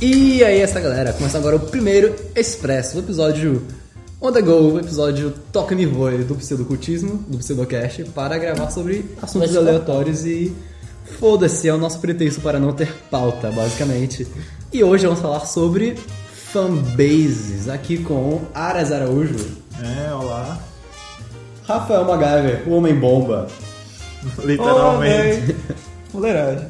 E aí, essa galera, começa agora o primeiro Expresso, o episódio On The Go, o episódio Toca Me Voe do Pseudocultismo, do Pseudocast, para gravar sobre assuntos Mas- aleatórios e foda-se, é o nosso pretexto para não ter pauta, basicamente. E hoje vamos falar sobre fanbases, aqui com Aras Araújo, É, olá. Rafael Magaver, o Homem-Bomba, Literalmente. Mulheragem.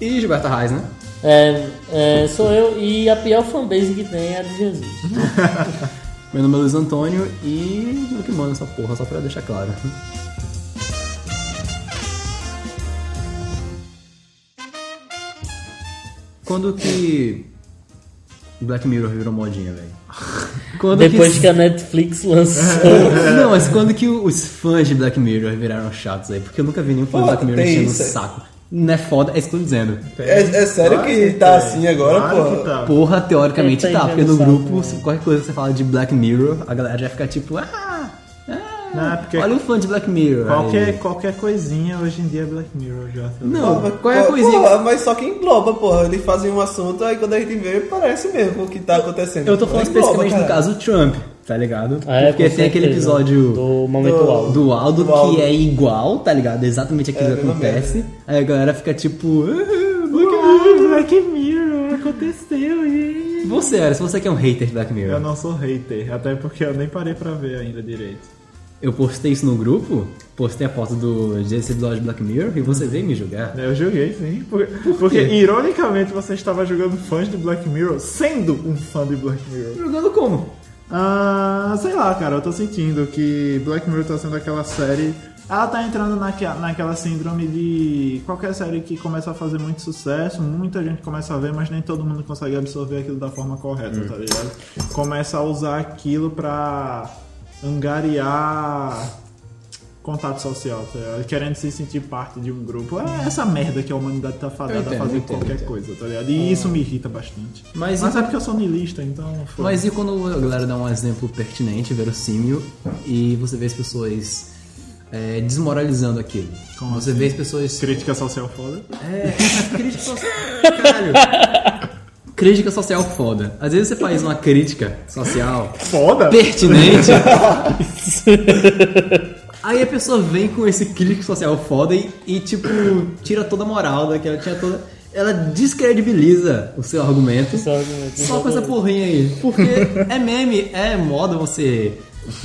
e Gilberto Reis, né? É, é, sou eu e a pior fanbase que tem é a de Jesus. Meu nome é Luiz Antônio e eu que mando essa porra, só pra deixar claro. Quando que Black Mirror virou modinha, velho? Quando Depois que a Netflix lançou. Não, mas quando que os fãs de Black Mirror viraram chatos aí? Porque eu nunca vi nenhum fã de Pô, Black Mirror tem enchendo o isso aí. saco. Não é foda, é isso que eu tô dizendo. É, é sério Claro que tem. tá assim agora, Claro pô? que tá. Porra, teoricamente Ele tá tá, porque no enchendo o saco, grupo, se qualquer coisa que você fala de Black Mirror, a galera já fica tipo, ah, ah Não, é porque- é? olha um fã de Black Mirror. aí. Qualquer, qualquer coisinha hoje em dia é Black Mirror já. tá ligado? Não, Mas, qual é a pô, coisinha? Porra, mas só que engloba, porra. Eles fazem um assunto, aí quando a gente vê, parece mesmo o que tá acontecendo. Eu tô falando Engloba, especificamente no cara. caso do Trump, tá ligado? É, porque com tem aquele certeza. episódio do, Do momento do- alto. Aldo do Aldo. que é igual, tá ligado? Exatamente aquilo que É, mesma acontece. Aí a galera fica tipo, "Ah, Black Mirror. Ah, Black Mirror, aconteceu e. Você era, se você que é um hater de Black Mirror, Eu eu, não sou hater, até porque eu nem parei pra ver ainda direito. postei isso no grupo, postei a foto do, desse episódio de Black Mirror e você veio me julgar. Né, Eu joguei sim, por- porque ironicamente você estava jogando fãs de Black Mirror sendo um fã de Black Mirror. Jogando como? Ah, sei lá, cara, eu tô sentindo que Black Mirror tá sendo aquela série. Ela tá entrando naque, naquela síndrome de qualquer série que começa a fazer muito sucesso, muita gente começa a ver, mas nem todo mundo consegue absorver aquilo da forma correta, tá ligado? Começa a usar aquilo pra angariar contato social, tá ligado? querendo se sentir parte de um grupo. É essa merda que a humanidade tá Eu fadada entendo, a fazer eu entendo, qualquer eu coisa, tá ligado? E isso me irrita bastante. Mas Mas, e- é porque eu sou niilista, então. foda-se. Mas e quando a galera dá um exemplo pertinente, verossímil, e você vê as pessoas é, desmoralizando aquilo? Como você assim? vê as pessoas. Crítica social foda. É, crítica social. Caralho! Crítica social foda. Às vezes você faz uma crítica social Foda? pertinente. Aí a pessoa vem com esse crítico social foda e, e, tipo, tira toda a moral daquela, tira toda. Ela descredibiliza o seu argumento. seu argumento, Só com essa porrinha aí. Porque é meme, é moda você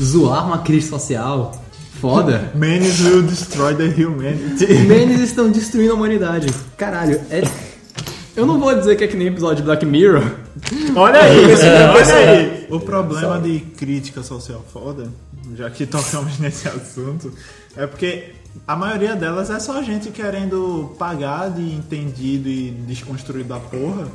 zoar uma crítica social foda. Menes will destroy the humanity. Memes estão destruindo a humanidade. Caralho, é. Eu não vou dizer que é que nem episódio de Black Mirror. Olha É. aí, olha aí. O problema de crítica social foda, já que tocamos nesse assunto, é porque a maioria delas é só gente querendo pagar de entendido e desconstruído da porra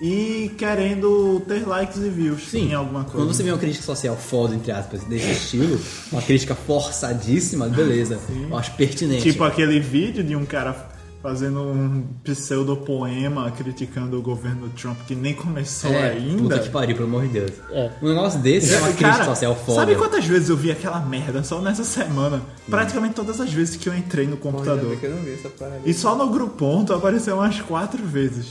e querendo ter likes e views em alguma coisa. Quando você vê uma crítica social foda, entre aspas, desse estilo, uma crítica forçadíssima, beleza. Eu acho pertinente. Tipo aquele vídeo de um cara fazendo um pseudo-poema criticando o governo Trump que nem começou é, ainda. Puta que pariu, pelo amor de Deus. É. Um negócio desse é uma crítica Cara, social foda. Hum. Sabe quantas vezes eu vi aquela merda só nessa semana? Praticamente todas as vezes que eu entrei no Olha, computador. que eu não vi essa parada. E só no Gruponto apareceu umas quatro vezes.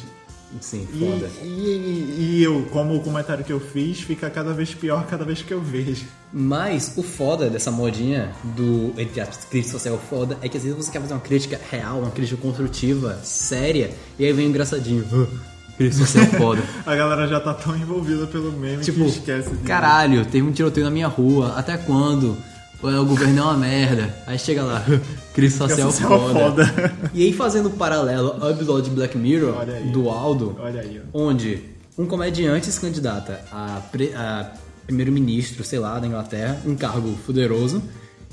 Sim, E, foda. e- e eu, como o comentário que eu fiz, fica cada vez pior cada vez que eu vejo. Mas o foda dessa modinha do entre aspas, crítica social foda é que às vezes você quer fazer uma crítica real, uma crítica construtiva, séria, e aí vem o engraçadinho. "Ah, Crítica social foda. A galera já tá tão envolvida pelo meme tipo, que esquece de caralho, teve um tiroteio na minha rua, até quando? O governo é uma merda. Aí chega lá, "Ah, crítica social, Crítica social foda. foda. E aí fazendo um paralelo ao episódio de Black Mirror Olha aí. do Aldo, Olha aí, ó. onde um comediante se candidata a, pre- a primeiro-ministro, sei lá, da Inglaterra, um cargo fuderoso,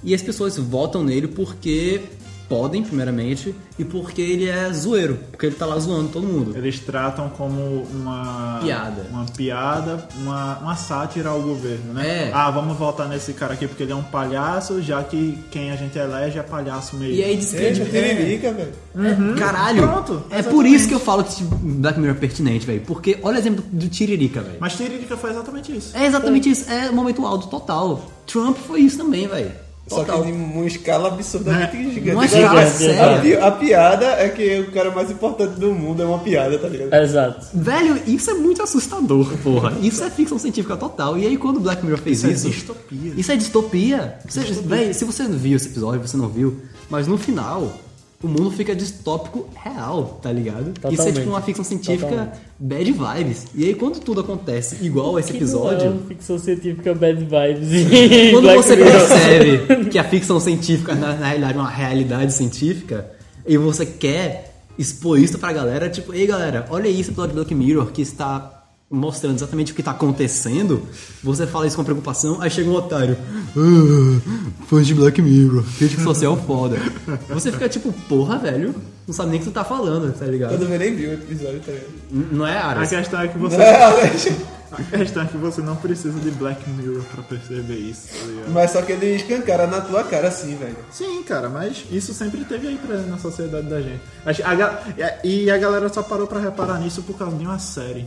e as pessoas votam nele porque podem, primeiramente, e porque ele é zoeiro, porque ele tá lá zoando todo mundo. Eles tratam como uma Piada. uma piada, uma, uma sátira ao governo, né? É. Ah, vamos votar nesse cara aqui porque ele é um palhaço, já que quem a gente elege é palhaço mesmo. E aí tipo, É, descredibiliza. de tiririca, velho. Caralho! Pronto, é por isso que eu falo que tipo, Black Mirror é pertinente, velho. Porque olha o exemplo do Tiririca, velho. Mas Tiririca foi exatamente isso. É exatamente isso, é o momento alto total. Trump foi isso também, velho. é Só Total. Né? que de uma escala absurdamente gigante. Tipo, Uma escala escala gigante, a, séria. pi- a piada é que o cara mais importante do mundo é uma piada, tá ligado? Exato. Velho, isso é muito assustador, porra. Isso é ficção científica total. E aí, quando o Black Mirror fez Isso é isso. distopia. Isso é distopia. Você, Véi, se você não viu esse episódio, você não viu. Mas no final, o mundo fica distópico real, tá ligado? Isso é Totalmente. tipo uma ficção científica Totalmente. bad vibes. E aí, quando tudo acontece igual a esse Que episódio. não é uma ficção científica bad vibes. Quando Black você Mirror. percebe que a ficção científica na, na realidade é uma realidade científica e você quer expor isso pra galera, tipo, ei galera, olha isso do Black Mirror que está mostrando exatamente o que tá acontecendo, você fala isso com preocupação, aí chega um otário, "Ah, fãs de Black Mirror, crítico social foda. Você fica tipo, porra, velho, não sabe nem o que tu tá falando, tá Eu ligado? também nem vi o episódio, tá ligado? N- Não é A Aras. questão é que você. A questão é que você não precisa de Black Mirror pra perceber isso, tá ligado? Mas só que ele escancara na tua cara assim, velho. Sim, cara, mas isso sempre teve aí presente na sociedade da gente. Acho- a ga- e a galera só parou pra reparar nisso por causa de uma série.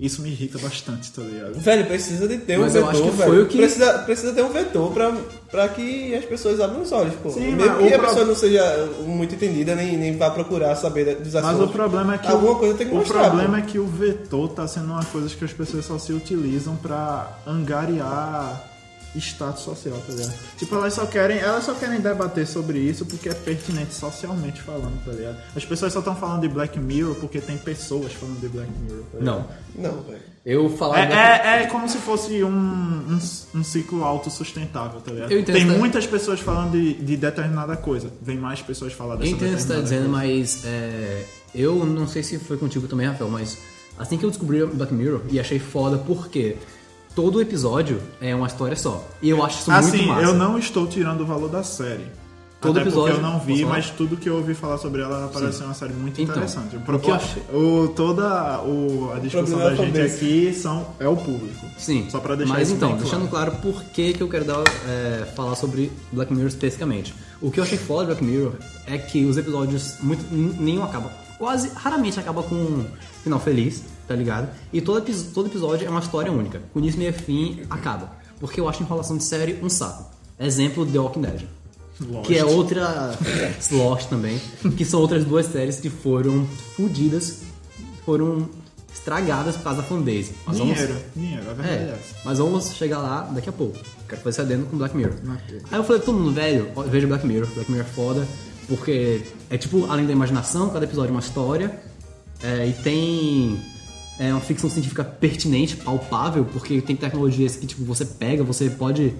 Isso me irrita bastante, tá ligado? Velho, precisa de ter Mas um eu vetor, acho que foi velho. o que- Precisa, precisa ter um vetor pra, pra que as pessoas abram os olhos, pô. Sim, Mesmo mas que o a pro- pessoa não seja uh, muito entendida, nem, nem vá procurar saber da- dos assuntos. Mas o problema é que. Alguma o, coisa tem que o mostrar, problema é que o vetor tá sendo uma coisa que as pessoas só se utilizam pra angariar status social, tá ligado? Tipo, elas só querem, elas só querem debater sobre isso porque é pertinente socialmente falando, tá ligado? As pessoas só estão falando de Black Mirror porque tem pessoas falando de Black Mirror, tá ligado? Não. Não, velho. Eu falar. Black- É, é, é como se fosse um, um, um ciclo autossustentável, tá ligado? Eu entendo, Tem tá? muitas pessoas falando de, de determinada coisa. Vem mais pessoas falar Eu dessa né? entendo o que você tá determinada dizendo, coisa. mas é, eu não sei se foi contigo também, Rafael, mas assim que eu descobri Black Mirror e achei foda porque todo episódio é uma história só. E eu acho isso Assim, muito massa. eu não estou tirando o valor da série. Todo Até episódio, porque eu não posso vi, falar? mas tudo que eu ouvi falar sobre ela parece ser uma série muito Então, interessante. o O, que eu propósito, achei- o toda o- a discussão problema é da o gente começo. aqui são, é o público. Sim. Só pra deixar Mas isso então, bem claro. deixando claro por que, que eu quero dar, é, falar sobre Black Mirror especificamente. O que eu achei foda de Black Mirror é que os episódios muito, n- nenhum acaba. Quase raramente acaba com um final feliz, tá ligado? E todo, epi- todo episódio é uma história única. Com início, meio e fim, acaba. Porque eu acho enrolação de série um saco. Exemplo The Walking Dead. Lógico. Que é outra. Lost também. Que são outras duas séries que foram fodidas, foram estragadas por causa da fanbase. Mas vamos- Dinheiro, dinheiro, a verdade é É, essa. mas vamos chegar lá daqui a pouco. Quero fazer esse adendo com Black Mirror. Ok. Aí eu falei pra todo mundo, velho, ó, veja Black Mirror. Black Mirror é foda, porque é tipo, além da imaginação, cada episódio é uma história. é, e tem é, uma ficção científica pertinente, palpável, porque tem tecnologias que tipo, você pega, você pode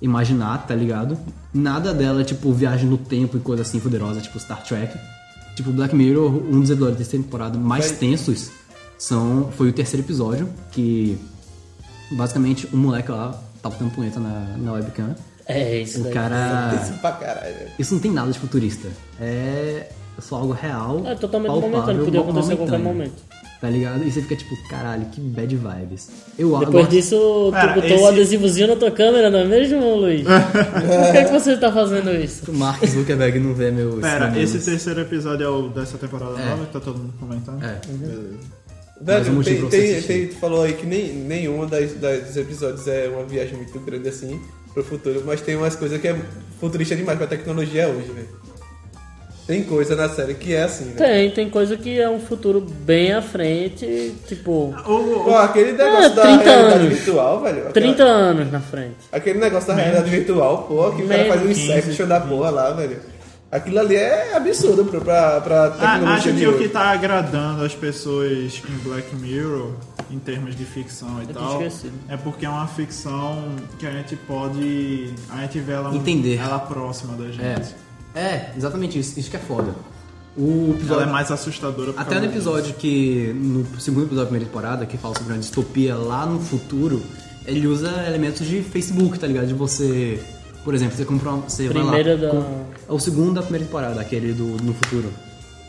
imaginar, tá ligado? Nada dela é tipo viagem no tempo e coisa assim poderosa, tipo Star Trek. Tipo, Black Mirror, um dos episódios dessa temporada mais Vai- tensos são, foi o terceiro episódio, que basicamente um moleque lá tá botando punheta na, na webcam. É isso. O daí. cara. Isso pra caralho, velho. Isso não tem nada de futurista. É só algo real. É totalmente palpável, momentâneo, podia mo- acontecer a qualquer momentâneo, momento. Tá ligado? E você fica tipo, caralho, que bad vibes. Eu Depois gosto- disso, Cara, tu botou esse- o adesivozinho na tua câmera, não é mesmo, Luiz? Por que, é que você tá fazendo isso? O Mark Zuckerberg não vê meu. Pera, meu- esse terceiro episódio é o dessa temporada É. nova que tá todo mundo comentando? É. Beleza. Mas o Velho, motivo tem, pra você tem, assistir. tem- tu falou aí que nem, nenhuma das, das- dos episódios é uma viagem muito grande assim pro futuro, mas tem umas coisas que é futurista demais pra tecnologia hoje, velho. Tem coisa na série que é assim, né? Tem, tem coisa que é um futuro bem à frente, tipo, O- Pô, aquele negócio Ah, da 30 realidade anos. virtual, velho. aquela- 30 anos na frente. Aquele negócio da realidade virtual, pô, que o cara Menos faz um 15, inception da porra lá, velho. Aquilo ali é absurdo pra, pra, pra Ah, tecnologia acho de que o hoje. que tá agradando as pessoas em Black Mirror, em termos de ficção e tinha tal, esquecido. é porque é uma ficção que a gente pode. A gente vê ela, Entender. ela próxima da gente. É. É, exatamente isso. Isso que é foda. O Ela é episódio mais assustadora é por Até causa no disso. episódio que. No segundo episódio da primeira temporada, que fala sobre uma distopia lá no futuro, ele usa elementos de Facebook, tá ligado? De você. Por exemplo, você compra uma. Você Primeira vai da. lá, É o segundo da primeira temporada, aquele do no futuro,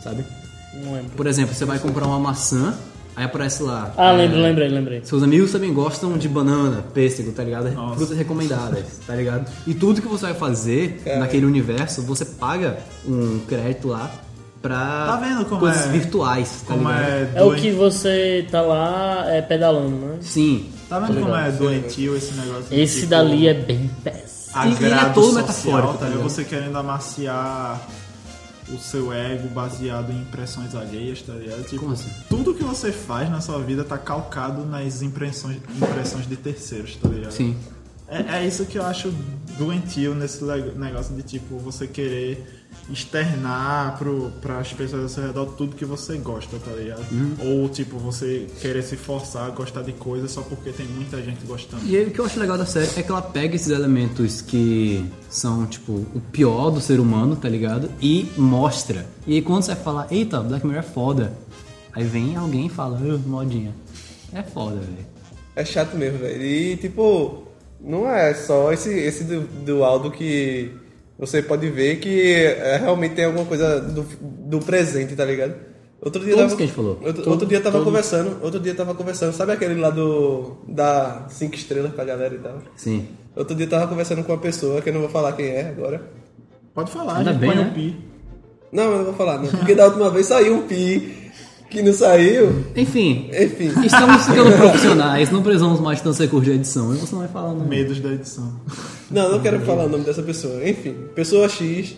sabe? Não lembro. Por exemplo, você vai comprar uma maçã, aí aparece lá. Ah, é, lembro, lembrei, lembrei. Seus amigos também gostam de banana, pêssego, tá ligado? Nossa. Frutas recomendadas, tá ligado? E tudo que você vai fazer naquele universo, você paga um crédito lá pra Tá vendo como coisas é- virtuais, tá Como ligado? é É o doen- que você tá lá é, pedalando, né? Sim. Tá vendo como é doentio esse negócio? Esse Tipo, dali é bem péssimo. E ele é agrado todo social, metafórico, tá tá ligado? ligado? Você querendo amaciar o seu ego baseado em impressões alheias, tá ligado? Tipo, Como assim? tudo que você faz na sua vida tá calcado nas impressões, impressões de terceiros, tá ligado? Sim. É, é isso que eu acho doentio nesse le- negócio de, tipo, você querer externar pro, pras pessoas ao seu redor tudo que você gosta, tá ligado? Uhum. Ou, tipo, você querer se forçar a gostar de coisas só porque tem muita gente gostando. E aí, o que eu acho legal da série é que ela pega esses elementos que são, tipo, o pior do ser humano, tá ligado? E mostra. E aí, quando você fala, eita, Black Mirror é foda. Aí vem alguém e fala, "Ah, modinha. É foda, velho. É chato mesmo, velho. E, tipo, não é só esse, esse do, do Aldo que você pode ver que é, realmente tem alguma coisa do, do presente, tá ligado? Outro dia Todos tava, que a gente falou. Outro, Todo- outro dia tava todo- conversando, outro dia tava conversando, sabe aquele lá do da cinco estrelas pra galera e tal? Sim. Outro dia tava conversando com uma pessoa que eu não vou falar quem é agora. Pode falar, Ainda a gente bem, põe né? o pi. Não, eu não vou falar, não. Porque da última vez saiu um pi que não saiu. Enfim, Enfim. estamos ficando profissionais, não precisamos mais tanto recurso de edição. E você não vai falar, não. Medos da edição. Não, não quero falar o nome dessa pessoa. Enfim, pessoa X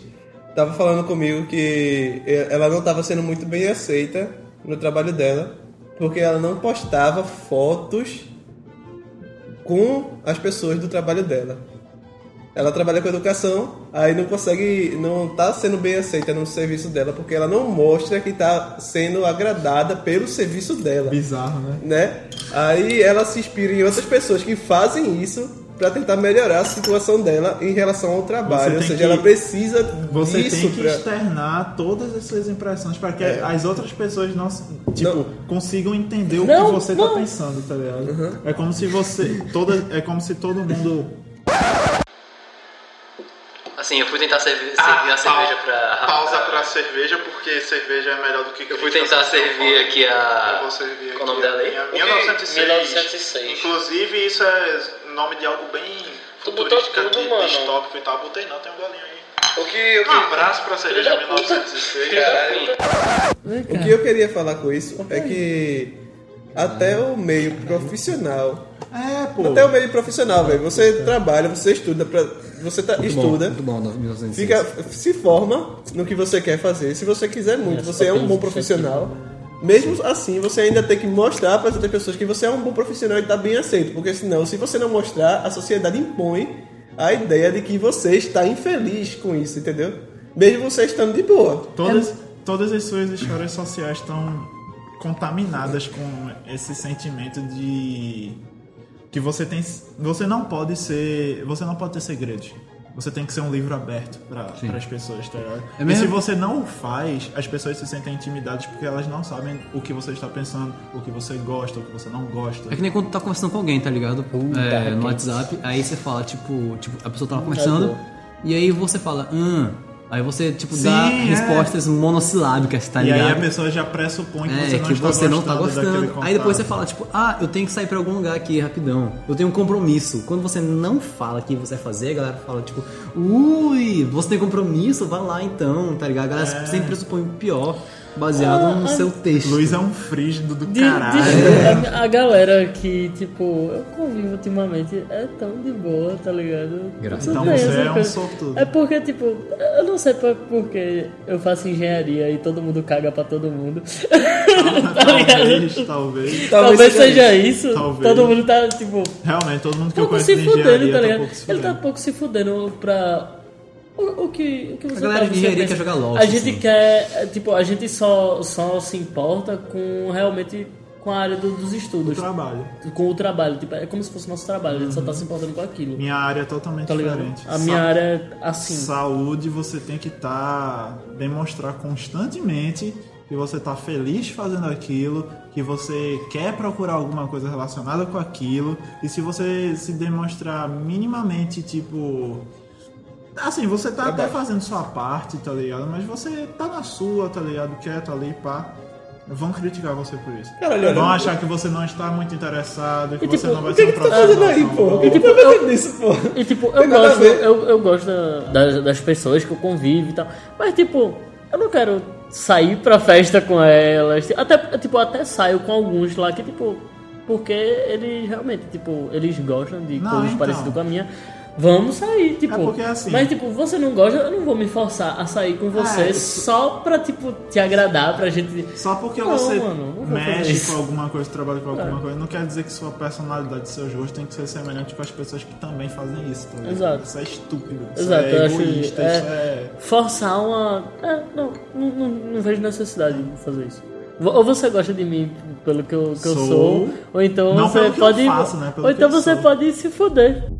tava falando comigo que ela não tava sendo muito bem aceita no trabalho dela, porque ela não postava fotos com as pessoas do trabalho dela. Ela trabalha com educação, aí não consegue, não tá sendo bem aceita no serviço dela, porque ela não mostra que tá sendo agradada pelo serviço dela Bizarro, né? né? Aí ela se inspira em outras pessoas que fazem isso pra tentar melhorar a situação dela em relação ao Você trabalho. Ou tem seja, que- ela precisa Você disso tem que pra... externar todas as suas impressões para que É. as outras pessoas não, se- tipo, Não. consigam entender o Não, que você não. tá pensando, tá ligado? É como se você toda é como se todo mundo Assim, eu fui tentar servir, servir a pau- cerveja pra. Pausa pra cerveja, porque cerveja é melhor do que Eu fui tentar servir aqui Eu a. vou servir aqui. Qual é o nome dela aí? a minha- Ok, 1906. 1906. Inclusive, isso é nome de algo bem Tu botou futurístico, tudo, de- mano. distópico e tal. Botei não, tem um galinho aí. O que. O Um abraço pra cerveja da puta. 1906. O que eu queria falar com isso é que até o meio profissional. É, pô. Então, Até o meio profissional, velho. Você trabalha, você estuda, pra... você tá- Muito bom, estuda. Muito bom, 1906. Fica, se forma no que você quer fazer. Se você quiser muito, você é um bom profissional. né? Mesmo assim, você ainda tem que mostrar para as outras pessoas que você é um bom profissional e está bem aceito. Porque senão, se você não mostrar, a sociedade impõe a ideia de que você está infeliz com isso, entendeu? Mesmo você estando de boa. Todas, todas as suas histórias sociais estão contaminadas com esse sentimento de que você tem, você não pode ser, você não pode ter segredos. Você tem que ser um livro aberto Sim. para as pessoas, tá ligado? É e mesmo? se você não o faz, as pessoas se sentem intimidadas porque elas não sabem o que você está pensando, o que você gosta, o que você não gosta. É que nem quando tu tá conversando com alguém, tá ligado? Puta É, que- no WhatsApp, aí você fala, tipo, tipo, a pessoa tava conversando, e aí você fala, hum. Aí você, tipo, dá Sim, é. respostas monossilábicas, tá e aí a ligado? pessoa já pressupõe que é, você não que está você não tá gostando daquele gostando. Aí depois contato. você fala, tipo, ah, eu tenho que sair pra algum lugar aqui rapidão. Eu tenho um compromisso. Quando você não fala o que você vai fazer, a galera fala, tipo, ui, você tem compromisso? Vá lá então, tá ligado? A galera É. sempre pressupõe o pior, baseado no seu texto. Ah, Luiz é um frígido do De- caralho. de- a, a galera que, tipo, eu convivo ultimamente é tão de boa, tá ligado? Graças Tudo a bem, Deus. essas Você é um coisas. sortudo. É porque, tipo, eu não sei por- porque eu faço engenharia e todo mundo caga pra todo mundo. Tá talvez, talvez. Talvez, seja isso. Talvez. Todo mundo tá, tipo, Realmente, todo mundo que eu pouco conheço se de fudendo, engenharia tá tá ligado? pouco se Ele tá fudendo. pouco se fudendo pra. O, o que, o que você galera tá- de você engenharia pensa. quer jogar LOL, A gente assim. quer. é, Tipo, a gente só, só se importa com realmente com a área do- dos estudos. Trabalho. com o trabalho. Tipo, é como se fosse nosso trabalho, a gente só tá se importando com aquilo. Minha área é totalmente Tá ligado? diferente. A minha Sa- área é assim. Saúde, você tem que estar. demonstrar constantemente que você tá feliz fazendo aquilo, que você quer procurar alguma coisa relacionada com aquilo, e se você se demonstrar minimamente, tipo. Assim, você tá até fazendo sua parte, tá ligado? Mas você tá na sua, tá ligado? Quieto ali, pá. Vão criticar você por isso. Caralho, olha- Vão achar que você não está muito interessado, que E, tipo, você não vai o ser um O que tu tá fazendo aí, pô? O profissional. que tu tá fazendo nisso, pô? E tipo, eu Tem nada gosto, a ver. eu, eu gosto da- das, das pessoas que eu convivo e tal. Mas tipo, eu não quero sair pra festa com elas. Até, tipo, eu até saio com alguns lá que, tipo, porque eles realmente, tipo, eles gostam de Não, coisas então. parecidas com a minha. Vamos sair, tipo. É porque é assim. Mas, tipo, você não gosta, eu não vou me forçar a sair com você Ah, isso- só pra, tipo, te agradar, pra gente. Só porque Não, você mano, não vou fazer mexe isso. É. com alguma coisa, trabalha com alguma coisa, não quer dizer que sua personalidade, seus gostos tem que ser semelhante com as pessoas que também fazem isso, tá ligado? Exato. Isso é estúpido, isso Exato, eu é acho- egoísta, é- isso é... Forçar uma. É, não, não, não, não vejo necessidade de fazer isso. Vo- Ou você gosta de mim pelo que eu, que eu Sou. sou, ou então Não você pelo que eu pode. faço, né? Pelo ou que então eu você sou. pode se foder.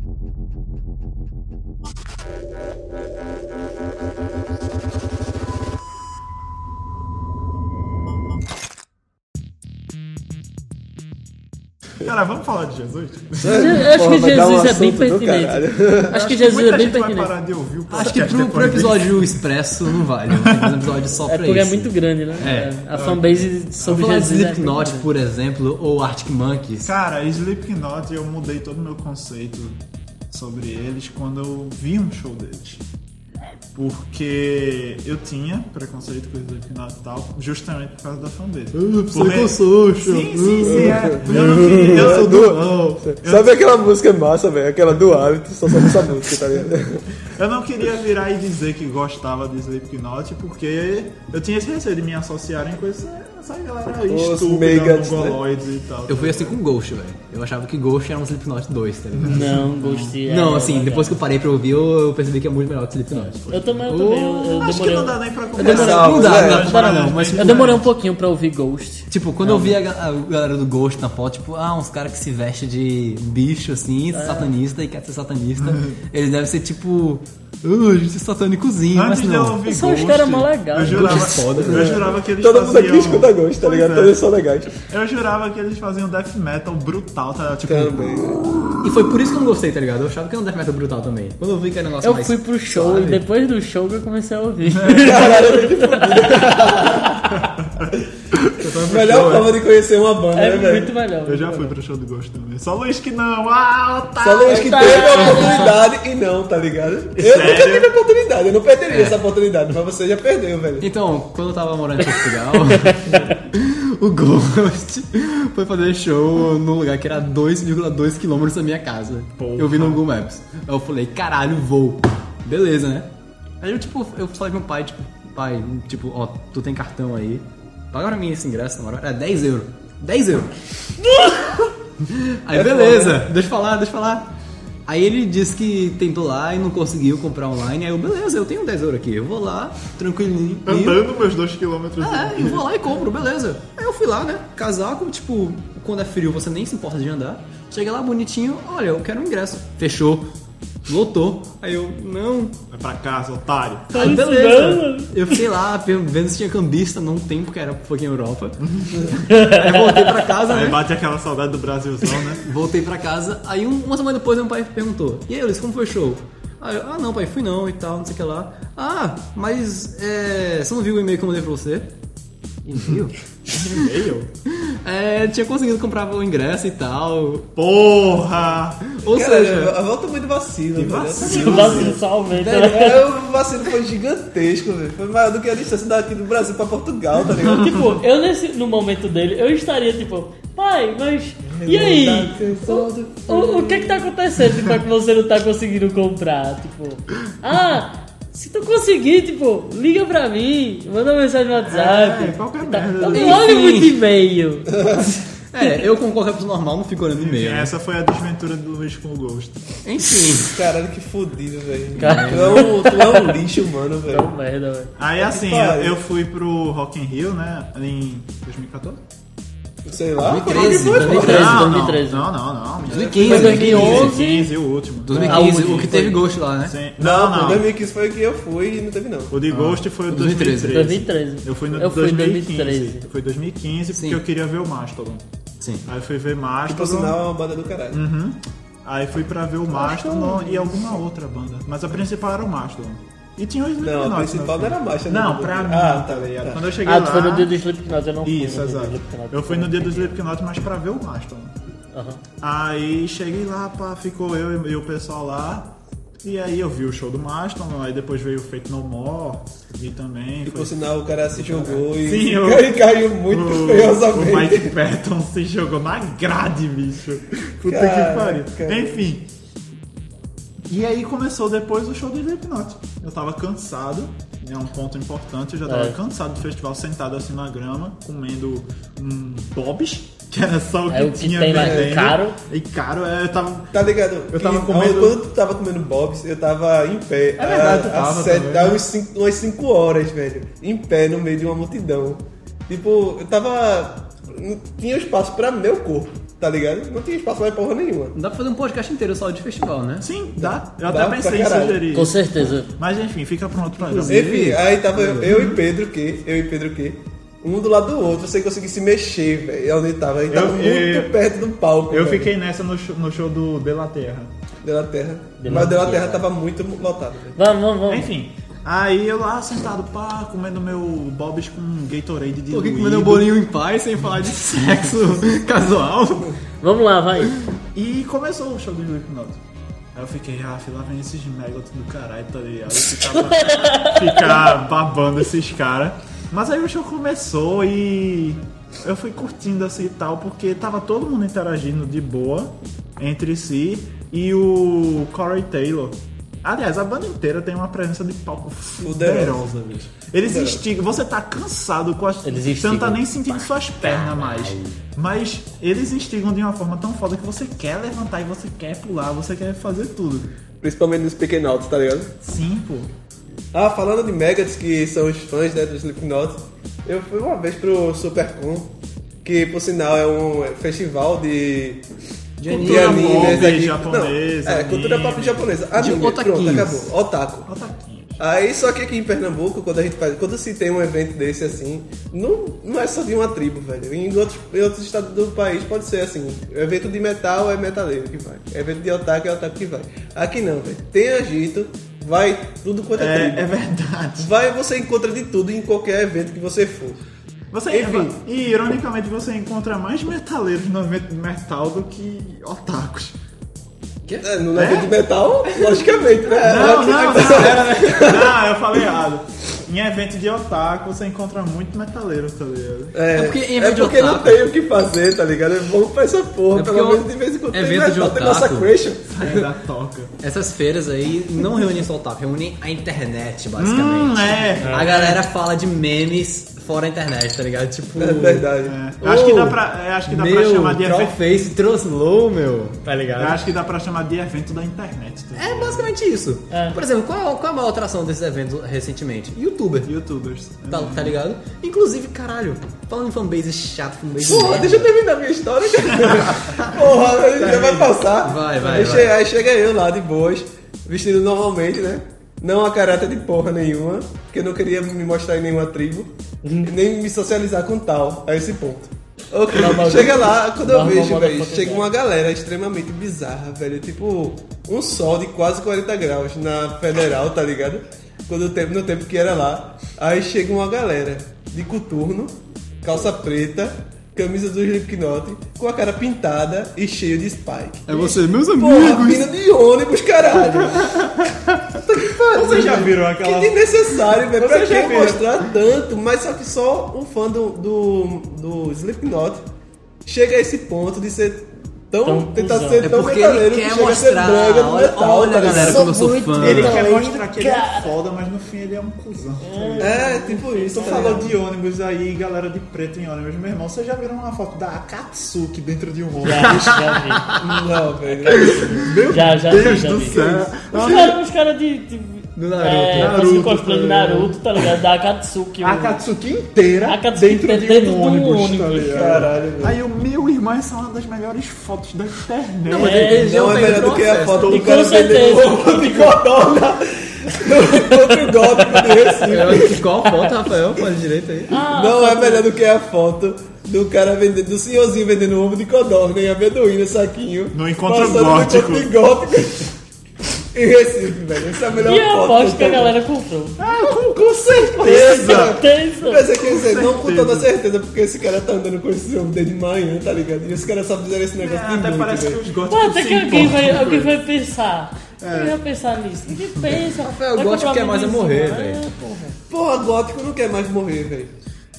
é- Cara, vamos falar de Jesus? Eu acho Porra, que vai dar um Jesus é bem assunto do pertinente. caralho. Acho que Muita Jesus é bem gente vai pertinente. parar de ouvir o podcast Acho que pro, pro depois disso. episódio expresso não vale. Tem que fazer um episódio só É pra porque é isso. muito grande, né? É. A fanbase Vamos sobre falar de Jesus. é muito Slipknot, grande. por exemplo, ou Arctic Monkeys. Cara, Slipknot, eu mudei todo o meu conceito sobre eles quando eu vi um show deles. Porque eu tinha preconceito com Slipknot e tal, justamente por causa da fanbase. Uh, Porque- Sim, sim, sim, é. Eu não queria, eu, Eu eu, do... Uh. Sabe aquela música massa, velho? Aquela do hábito, só sabe essa música, tá ligado? Eu não queria virar e dizer que gostava de Slipknot porque eu tinha esse receio de me associarem com essa, essa galera estúpida, megas, né? mongoloides e tal. Eu fui assim com Ghost, velho. Eu achava que Ghost era um Slipknot 2, tá ligado? Não, gostei. é, não, é assim, legal. depois que eu parei pra ouvir, eu eu percebi que é muito melhor que Slipknot. Eu também, eu também. Eu, eu Acho que demorei. um não dá nem pra Eu demorei- conversar. Salve, não dá, né? não, para não, mas... é. Eu demorei um pouquinho pra ouvir Ghost. Tipo, quando eu vi a, ga- a galera do Ghost na foto, tipo, ah, uns caras que se vestem de bicho, assim, É. satanista e quer ser satanista, eles devem ser tipo, uh, a gente é satânicozinho, Ah, mas Antes de eu é não. ouvir é São os Ghost, caras mó legal. eu jurava, Ghost é foda, eu jurava que eles né? Todo mundo aqui faziam- escuta gosto, tá Pois ligado? é. Todos são legais. Eu jurava que eles faziam death metal brutal, tá? Tipo, Também, né? um- E foi por isso que eu não gostei, tá ligado? Eu achava que era um death metal brutal também. Quando eu vi que era um negócio Eu mais fui pro show suave, e depois do show que eu comecei a ouvir. Melhor forma de conhecer uma banda, É né, velho? muito melhor. eu já fui pro show do Ghost também. Só Luiz que não. Ah, Só otário! Luiz que tá. teve a oportunidade e não, tá ligado? Eu nunca Sério? tive a oportunidade, eu não perderia essa oportunidade, mas você já perdeu, velho. Então, quando eu tava morando em Portugal, o Ghost foi fazer show num lugar que era 2,2 km da minha casa. Porra. Eu vi no Google Maps. Aí eu falei, caralho, vou. Beleza, né? Aí eu, tipo, eu falei pro meu pai, tipo, pai, tipo, ó, tu tem cartão aí. Paga pra mim esse ingresso, na moral. Era 10 euros. 10 euros. É Aí beleza, deixa eu falar, deixa eu falar. Aí ele disse que tentou lá e não conseguiu comprar online. Aí eu, beleza, eu tenho 10 euros aqui. Eu vou lá, tranquilinho. Andando meus dois quilômetros. É, eu vou lá e compro, beleza. Aí eu fui lá, né? Casaco, tipo, quando é frio você nem se importa de andar. Chega lá bonitinho, olha, eu quero um ingresso. Fechou. Lotou. Aí eu, não. Vai É pra casa, otário. Aí isso não, beleza. Eu fiquei lá per- vendo se tinha cambista num tempo que era um pouquinho Europa. Aí voltei pra casa, Aí né? bate aquela saudade do Brasilzão, né? Voltei pra casa, aí um- uma semana depois meu pai perguntou: E aí, Luiz, como foi o show? Aí eu, ah, não, pai, fui não e tal, não sei o que lá. Ah, mas é, você não viu o e-mail que eu mandei pra você? E-mail? E-mail? É, tinha conseguido comprar o ingresso e tal. Porra! Ou Cara, seja, a volta muito vacilo, velho. Eu vacilo só aumenta, né? é, Velho, O vacilo foi gigantesco, velho. Foi maior do que a distância daqui do Brasil pra Portugal, tá ligado? Tipo, eu nesse, no momento dele, eu estaria tipo, pai, mas e aí? O, o- o que que tá acontecendo tipo, é que você não tá conseguindo comprar? Tipo, ah, se tu conseguir, tipo, liga pra mim, manda uma mensagem no WhatsApp. É, qualquer e tal. merda, Eu né? não olho Enfim. muito e-mail. é, eu como qualquer pessoa normal não fico olhando Enfim, e-mail. né? essa foi a desventura do Luiz com o Ghost. É. Enfim, Caralho, que fodido, velho. Tu, Cara. é um, tu é um lixo, mano, Então, velho. merda, velho. Aí assim, que pariu. eu, eu fui pro Rock in Rio, né? Em 2014? Sei Ah, lá. 2013, não, 2013. né? Não, não, não. não 2015, 2011. 2015, o último. 2015, Ah, o o que teve Ghost lá, né? Sim. Não, Não, não, não. 2015 foi o que eu fui e não teve, não. O de Ghost Ah, foi o 2013. 2013. 2013. Eu fui no Eu fui em 2015. 2013. Foi 2015 porque Sim. eu queria ver o Mastodon. Sim. Aí eu fui ver Por Mastodon. sinal, é uma banda do caralho. Uhum. Aí fui pra ver o Mastodon e alguma outra banda. Mas a principal era o Mastodon. E tinha os Slipknot. Não, a né? principal não era a marcha. né? Não, pra mim, Ah, tá ligado? Quando eu cheguei Ah, lá... tu foi no dia do Slipknot, eu não fui Isso, no dia do exato. Slipknot. Eu fui no dia do Slipknot, mas pra ver o Mastodon. Aham. Aí cheguei lá, pá, ficou eu e- e o pessoal lá. E aí eu vi o show do Mastodon, aí depois veio o Feito No More. E também... E foi- por sinal, o cara se jogou e, Sim, eu- e caiu muito O feiosamente. Mike Patton se jogou na grade, bicho. Puta Caraca. que pariu. Enfim. E aí começou depois o show do Slipknot. Eu tava cansado, é um ponto importante, eu já tava É. cansado do festival sentado assim na grama, comendo um bobs, que era só o que É o que tinha tem lá, vendendo. caro. E caro, é, eu tava... Tá ligado? Eu tava Que, comendo- Quando tu tava comendo Bob's, eu tava em pé. É verdade, tu há- tava há sete- também, há né? uns cinco- umas 5 horas, velho. Em pé no meio de uma multidão. Tipo, eu tava. Não tinha espaço pra meu corpo, tá ligado? Não tinha espaço pra porra nenhuma. Não dá pra fazer um podcast inteiro só de festival, né? Sim, dá. Eu Dá até pra pensei em caralho. sugerir. Com certeza. Mas enfim, fica pra um outro programa. Enfim, aí tava eu, eu e Pedro que, eu e Pedro que, um do lado do outro, sem conseguir se mexer, velho, onde tava. Ele tava Eu- muito eu- perto do palco. Eu velho, fiquei nessa no show, no show do De La Terra. Deu na terra. De Mas lá deu na terra. terra tava muito lotado, né? velho. Vamos, vamos, vamos. Enfim, aí eu lá sentado, pá, comendo meu bobs com Gatorade de Tô aqui comendo um bolinho em paz sem falar de sexo casual. Vamos lá, vai. E começou o show do Slipknot. Aí eu fiquei, ah, filho, lá vem esses megas do caralho, tá ligado? Ficar, ficar babando esses caras. Mas aí o show começou e eu fui curtindo assim e tal, porque tava todo mundo interagindo de boa entre si e o Corey Taylor. Aliás, a banda inteira tem uma presença de palco fuderosa, bicho. Eles estigam, você tá cansado com as. Eles você não tá instigam. nem sentindo suas pernas mais. Mas eles instigam de uma forma tão foda que você quer levantar e você quer pular, você quer fazer tudo. Principalmente nos pequenotes, tá ligado? Sim, pô. Ah, falando de Megadeth, que são os fãs né, do Slipknot, eu fui uma vez pro Supercon, que por sinal é um festival de. De Cultura animes, pop aqui- japonesa, Não, é, cultura pop anime. japonesa. Anime, pronto, otaquinhos. acabou. Otaku. Olha tá aqui. Aí, só que aqui em Pernambuco, quando a gente faz, quando se tem um evento desse assim, não, não é só de uma tribo, velho. Em outros, em outros estados do país pode ser assim: evento de metal é metaleiro que vai, evento de otaku é otaku que vai. Aqui não, velho. Tem agito, vai tudo quanto é, É, tribo. é verdade. Vai, você encontra de tudo em qualquer evento que você for. Você, Enfim. E ironicamente você encontra mais metaleiros no evento de metal do que otakus. É, no evento de metal, logicamente, né? Não, não, não, não, eu falei errado. Em evento de otaku você encontra muito metaleiro, tá ligado? É, É porque em vez de porque não otaku- tem o que fazer, tá ligado? É bom pra essa porra, É porque pelo o- menos de vez em quando tem evento de metal, tem otaku- massacration. Sai da toca. Essas feiras aí não reúnem só o TAP, reúnem a internet, basicamente. Hum, é. A galera fala de memes fora a internet, tá ligado? Tipo. É verdade. É. Eu Acho que dá pra, é, acho que dá pra Meu, chamar de troll evento. face Troslow, meu. Tá Eu ligado? acho que dá pra chamar de evento da internet. Tá? ligado? É basicamente isso. É. Por exemplo, qual, qual é a maior atração desses eventos recentemente? Youtuber. Youtubers. Tá, tá ligado? Inclusive, caralho, falando em fanbase chato, fanbase. Porra, merda. deixa eu terminar minha história, cara. Porra, ele já vai passar. Tá Vai, vai, Aí, vai. Chega, aí chega eu lá de boas, vestido normalmente, né? Não a caráter de porra nenhuma, porque eu não queria me mostrar em nenhuma tribo, e Uhum. nem me socializar com tal, a esse ponto. Ok, Tá Normal, chega lá, quando eu normal, vejo, normal, velho, normal. chega uma galera extremamente bizarra, velho. Tipo, um sol de quase 40 graus na Federal, tá ligado? Quando o tempo, no tempo que era lá. Aí chega uma galera de coturno, calça preta, camisa do Slipknot, com a cara pintada e cheio de spike. É você, meus Porra, vindo de ônibus, caralho. Puta que pariu, Vocês já velho. viram aquela- Que desnecessário, velho. Pra Vocês já que viram? mostrar tanto? Mas só que só um fã do, do, do Slipknot chega a esse ponto de ser tão... Tão tentar cuzão. ser É tão porque ele metaleiro que quer chega a ser mostrar. brega do Olha, metal, olha tá ligado? galera, como eu sou fã. Ele Não, quer mostrar que ele é foda, mas no fim ele é um cuzão. É, tipo isso, Você tá ligado? falou de ônibus aí, galera de preto em ônibus. Meu irmão, vocês já viram uma foto da Akatsuki dentro de um ônibus? Já, já Não, velho. vi. Já, já vi, já vi. Os caras os cara de. de Do Naruto. É, Naruto, se encostando de tá ligado? Naruto, tá ligado? Da Akatsuki. A o- Akatsuki inteira Akatsuki dentro, tá de, dentro de um um ônibus, tá ônibus, ligado? Caralho, velho. Aí o meu irmão, essa é uma das melhores fotos da internet. Não, mas É, ele já Não é pegou melhor do que a processo. foto E do com cara é certeza. vendendo ovo de codorna no outro gótico de Recife. Eu- Qual foto, Rafael? Fala direito aí. Ah, Não é melhor do que a foto do cara vendendo, do senhorzinho vendendo um ovo de codorna e amendoim no saquinho. No encontro passando gótico. No encontro gótico. Em Recife, velho. Essa é a melhor E foto. a aposta que a eu tenho. galera comprou. Ah, com, é com certeza! Eu Certeza. Pensei que ia dizer, não com certeza. toda certeza, porque esse cara tá andando com esse ovo desde manhã, tá ligado? E os caras só fizeram esse É, negócio de até muito, né? parece que velho. os góticos Pô, até se que alguém vai, importam. alguém vai pensar. Alguém vai pensar nisso. Ninguém pensa. Rafael, Vai o gótico comprar quer mais é amendoim, morrer, né? velho. porra. Porra, gótico não quer mais morrer, velho.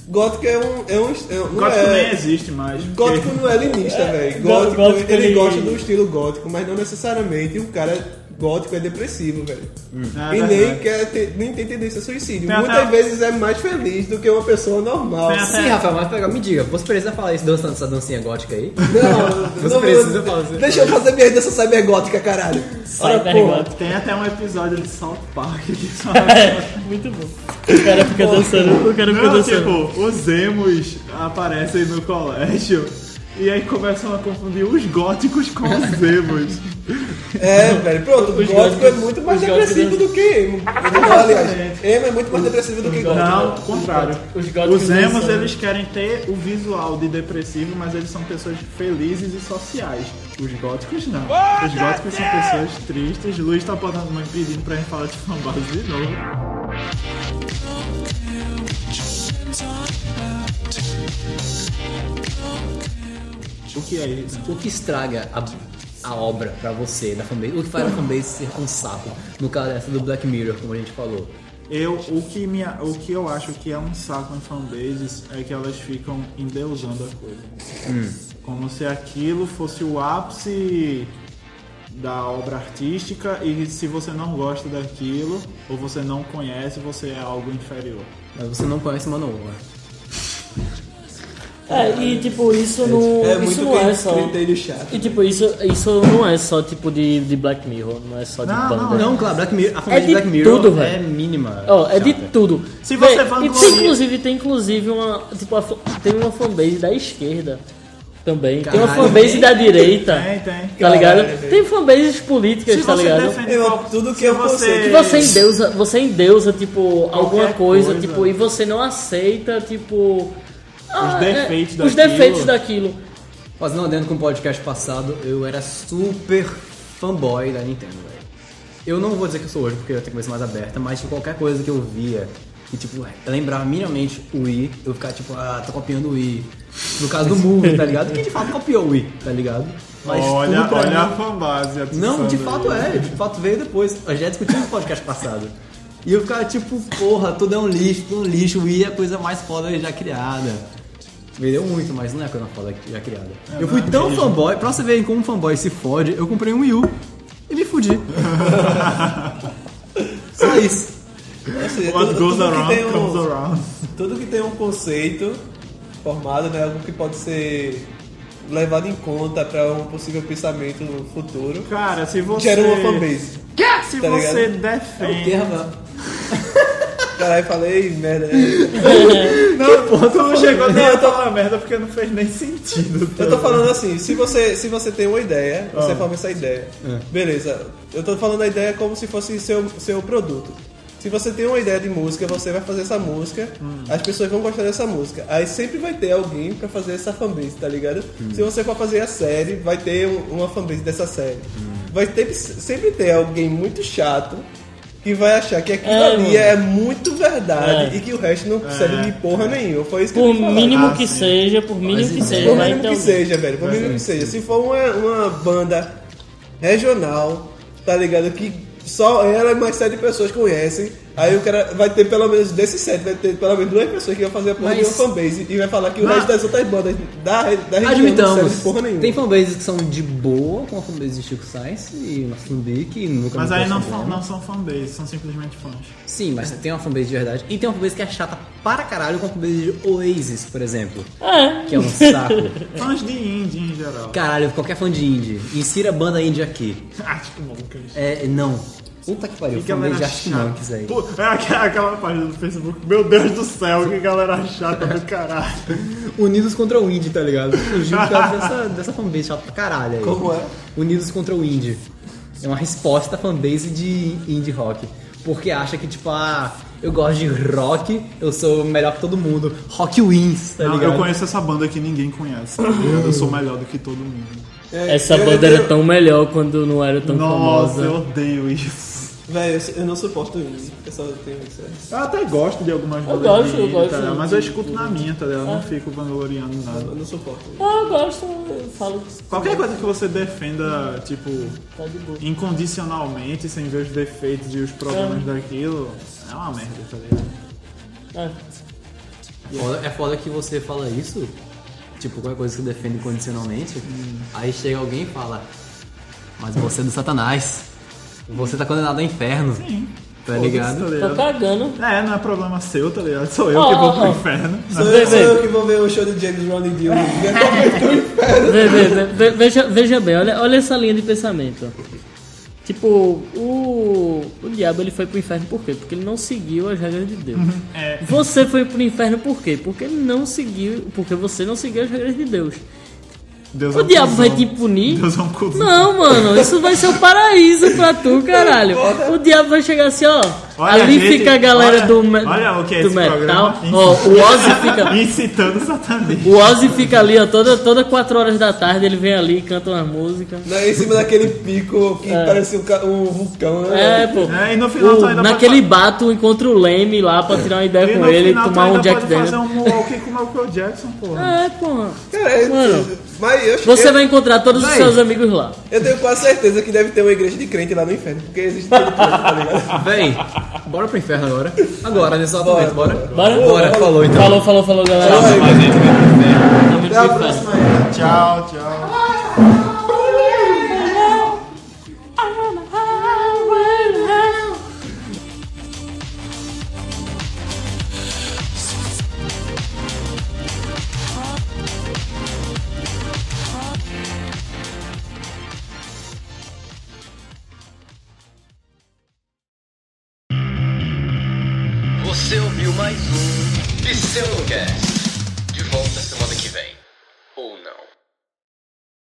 Gótico é um. É um é um- não Gótico é- nem existe mais. Gótico não é linista, velho. Gó- Gótico, gótico, ele, ele- gosta do estilo gótico, mas não necessariamente o cara gótico é depressivo, velho. É e nem, verdade. quer ter- nem tem tendência a suicídio. Tem Muitas até- vezes é mais feliz do que uma pessoa normal. Tem até- Sim, Rafael, mas pega, me diga, você precisa falar isso dançando essa dancinha gótica aí? Não, Você não precisa vou- fazer. Deixa eu fazer minha dança cybergótica, caralho. Ora, porra. Cybergótico. Tem até um episódio de South Park que só... É, muito bom. O cara fica dançando, o cara fica Não, dançando. tipo, os emos aparecem no colégio e aí começam a confundir os góticos com os emos. É, velho, pronto, Os gótico é góticos- muito mais os góticos depressivo dançam. do que emo. Não, aliás, emo é muito mais depressivo do que gótico. Não, o contrário. Os góticos Os emos, dançando. eles querem ter o visual de depressivo, mas eles são pessoas felizes e sociais. Os góticos não. Os góticos são pessoas tristes. Luiz tá botando uma pedindo pra gente falar de fanbase de novo. O que é isso? O que estraga a, a obra pra você da fanbase? O que faz a fanbase ser um saco? No caso dessa do Black Mirror, como a gente falou. Eu, o, que me, o que eu acho que é um saco em fanbases é que elas ficam endeusando a coisa. Hum. Como se aquilo fosse o ápice da obra artística e se você não gosta daquilo ou você não conhece, você é algo inferior. Mas você não conhece Manoa. É, e tipo, isso não. É isso muito não é cri- só. critério chato. E tipo, isso, isso não é só tipo de, de Black Mirror, não é só de Não, banda. não, Não, claro, Black Mirror, a fanbase de de Black Mirror tudo, é velho. mínima. Ó, é de chata. tudo. Se você Vê, vangloria- e tem inclusive, tem inclusive uma. Tipo, a fa- tem uma fanbase da esquerda também. tem uma Caralho. fanbase da direita. Tem, tem. Tá ligado? Caralho. Tem fanbases políticas, Se tá você ligado? defende Eu- qual- tudo que se eu conceito. Que você endeusa, você endeusa, tipo, alguma coisa, coisa. tipo, e você não aceita, tipo. ah, defeitos é, Os daquilo. defeitos daquilo. Fazendo um adendo com o podcast passado, eu era super fanboy da Nintendo, velho. Eu não vou dizer que eu sou hoje, porque eu tenho cabeça mais aberta, mas tipo, qualquer coisa que eu via que, tipo, lembrava minimamente o Wii, eu ficava tipo, ah, tô copiando o Wii. No caso do Move, tá ligado? Que de fato copiou o Wii, tá ligado? Mas Olha, tudo pra olha a mim- fanbase. Não, de atiçando fato né? isso. é, de fato veio depois. A gente já discutiu no podcast passado. E eu ficava tipo, porra, tudo é um lixo, tudo é um lixo, o Wii é a coisa mais foda já criada. Vendeu muito, mas não é a coisa mais foda já criada. É, eu fui tão fanboy, pra você ver como um fanboy se fode, eu comprei um Wii U e me fudi. Só isso. Ou seja, What tudo- goes tudo que around tem um- comes around. Tudo que tem um conceito formado, né, algo que pode ser levado em conta para um possível pensamento no futuro, Cara, se você. gera uma fanbase. Se tá ligado? você É o defende. termo. Caralho, falei merda. né? Não, tu não chegou nem Não, a eu tô- falar merda porque não fez nem sentido. Eu tô falando assim, se você, se você tem uma ideia, Ah. você forma essa ideia. É. Beleza. Eu tô falando a ideia como se fosse seu, seu produto. Se você tem uma ideia de música, você vai fazer essa música, Hum. as pessoas vão gostar dessa música. Aí sempre vai ter alguém pra fazer essa fanbase, tá ligado? Hum. Se você for fazer a série, vai ter um- uma fanbase dessa série. Hum. Vai ter, sempre ter alguém muito chato que vai achar que aquilo É, ali mano. é muito verdade É. e que o resto não serve de porra nenhuma. Foi isso que eu Por ia falar. mínimo Ah, que sim. é. seja, por mínimo que seja, então. Por vai mínimo ter que alguém. seja, velho. Por mínimo que seja. Se for uma, uma banda regional, tá ligado? Que só ela e mais sete pessoas conhecem. Aí o cara vai ter pelo menos desses sete, vai ter pelo menos duas pessoas que vão fazer a porra Mas- de uma fanbase e vai falar que o Mas- resto das outras bandas da, da região não serve Admitamos, de porra nenhuma. tem fanbases que são de boa, como a fanbase de Chico Sainz e uma fanbase que nunca Mas me aí deu não, problema. fa- não são fanbase, são simplesmente fãs. Sim, mas tem uma fanbase de verdade. E tem uma fanbase que é chata para caralho, como a fanbase de Oasis, por exemplo. É. Que é um saco. Fãs de indie em geral. Caralho, qualquer fã de indie. Insira a banda indie aqui. Arctic Monkeys. É, não. Puta que pariu, Que galera fanbase de Arctic chata. Monkeys aí. Pô, é aquela, aquela página do Facebook. Meu Deus do céu, que galera chata do caralho. Unidos contra o indie, tá ligado? Surgiu por causa dessa, dessa fanbase chata pra caralho aí. Como é? Unidos contra o indie. É uma resposta à fanbase de indie rock. Porque acha que, tipo, ah, eu gosto de rock, eu sou melhor que todo mundo. Rock wins, tá Não, ligado? eu conheço essa banda que ninguém conhece. tá ligado? Eu sou melhor do que todo mundo. É, Essa eu- banda eu- era tão melhor quando não era tão Nossa, eu famosa. odeio isso. Velho, eu- eu não suporto isso. Eu só tenho isso. é. Eu até gosto de algumas bandas. gosto, de eu indie, gosto tá ligado? mas eu de- escuto na minha, tá ligado? Eu não fico vangloriando Eu nada. não suporto. Ah, eu gosto, eu falo que Qualquer coisa que você defenda, tipo, tá de boa. incondicionalmente, sem ver os defeitos e os problemas daquilo, é uma merda, tá ligado? É. Foda- É foda que você fala isso, tipo, qualquer coisa que você defende Hum. condicionalmente, aí chega alguém e fala, mas você é do satanás. Você tá condenado ao inferno. Sim. Tá Foda-se, ligado? tá Tô ligado? cagando. É, não é problema seu, tá ligado? Sou eu Ó, que ó, vou pro ó. inferno. Sou Não. eu, sou Vem, eu vem. que vou ver o show do James Ronnie Dio. Depois tu- Vê, vê, vê, vê, veja, veja bem, olha, olha essa linha de pensamento. Tipo, o, o diabo ele foi pro inferno por quê? Porque ele não seguiu as regras de Deus. É. Você foi pro inferno por quê? Porque ele não seguiu, porque você não seguiu as regras de Deus. Deus é O um diabo vai te cuzão. punir? Deus é um cuzão. Não, mano, isso vai ser o paraíso pra tu, caralho. O diabo vai chegar assim, ó. Olha, ali gente, fica a galera olha- do, me- olha o que é do esse metal. programa. Ó, o Ozzy fica. Incitando Satanás. O Ozzy fica ali, ó, toda, toda 4 horas da tarde ele vem ali e canta uma música. Lá Né, em cima daquele pico que É. parecia um, ca- um vulcão, né? É, pô. É, e no final O- tu ainda naquele pode... É. bato encontra o Leme lá pra tirar uma ideia E com no ele e final tu tomar ainda um Jack pode fazer Daniel. um walk com o Michael Jackson, porra. É, porra. Cara, é- Mano, mas eu, Você eu, vai encontrar todos os Vai. seus amigos lá. eu tenho quase certeza que deve ter uma igreja de crente lá no inferno, porque existe todo crente, tá ligado? Véi, bora pro inferno agora. Agora, nesse exato momento, bora. Bora? Bora, falou então. Falou, falou, falou, galera. Tamo Até a junto. próxima aí. Tchau, tchau. Você ouviu mais um Pseudocast. De volta